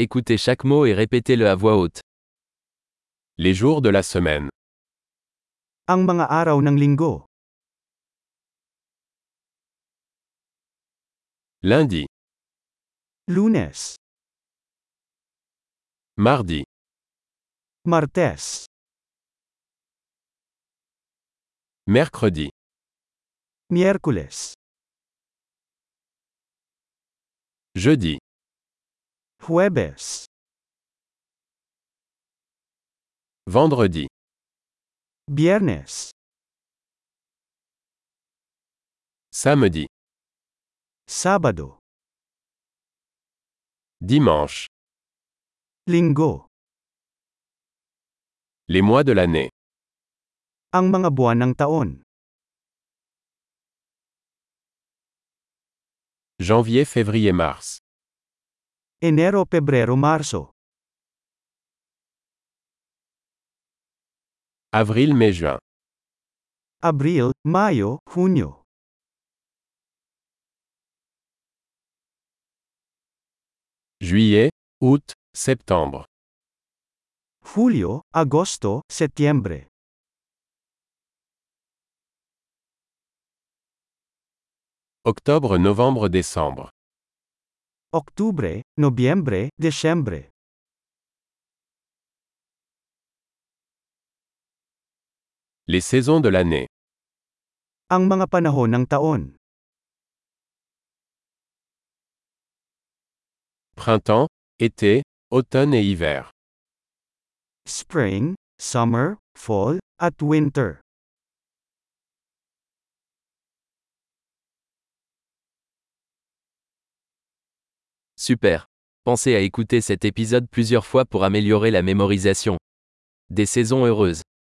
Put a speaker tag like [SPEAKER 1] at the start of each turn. [SPEAKER 1] Écoutez chaque mot et répétez-le à voix haute.
[SPEAKER 2] Les jours de la semaine.
[SPEAKER 3] Ang mga araw ng linggo.
[SPEAKER 2] Lundi,
[SPEAKER 3] Lunes,
[SPEAKER 2] mardi,
[SPEAKER 3] Martes,
[SPEAKER 2] mercredi,
[SPEAKER 3] Miyerkules,
[SPEAKER 2] jeudi,
[SPEAKER 3] Huwebes,
[SPEAKER 2] vendredi,
[SPEAKER 3] Biyernes,
[SPEAKER 2] samedi,
[SPEAKER 3] Sabado,
[SPEAKER 2] dimanche.
[SPEAKER 3] Linggo.
[SPEAKER 2] Les mois de l'année.
[SPEAKER 3] Ang mga buwan ng taon.
[SPEAKER 2] Janvier, février, mars.
[SPEAKER 3] Enero, Pebrero, Marso,
[SPEAKER 2] Avril, mai, juin.
[SPEAKER 3] Abril, Mayo, Hunyo,
[SPEAKER 2] Juillet, août, septembre.
[SPEAKER 3] Hulyo, Agosto, Setyembre,
[SPEAKER 2] Octobre, novembre, décembre.
[SPEAKER 3] Oktubre, Nobyembre, Desyembre,
[SPEAKER 2] Les saisons de l'année.
[SPEAKER 3] ang mga panahon ng taon.
[SPEAKER 2] Printemps, été, automne et hiver.
[SPEAKER 3] Spring, summer, fall, at winter.
[SPEAKER 1] Super. Pensez à écouter cet épisode plusieurs fois pour améliorer la mémorisation. Des saisons heureuses.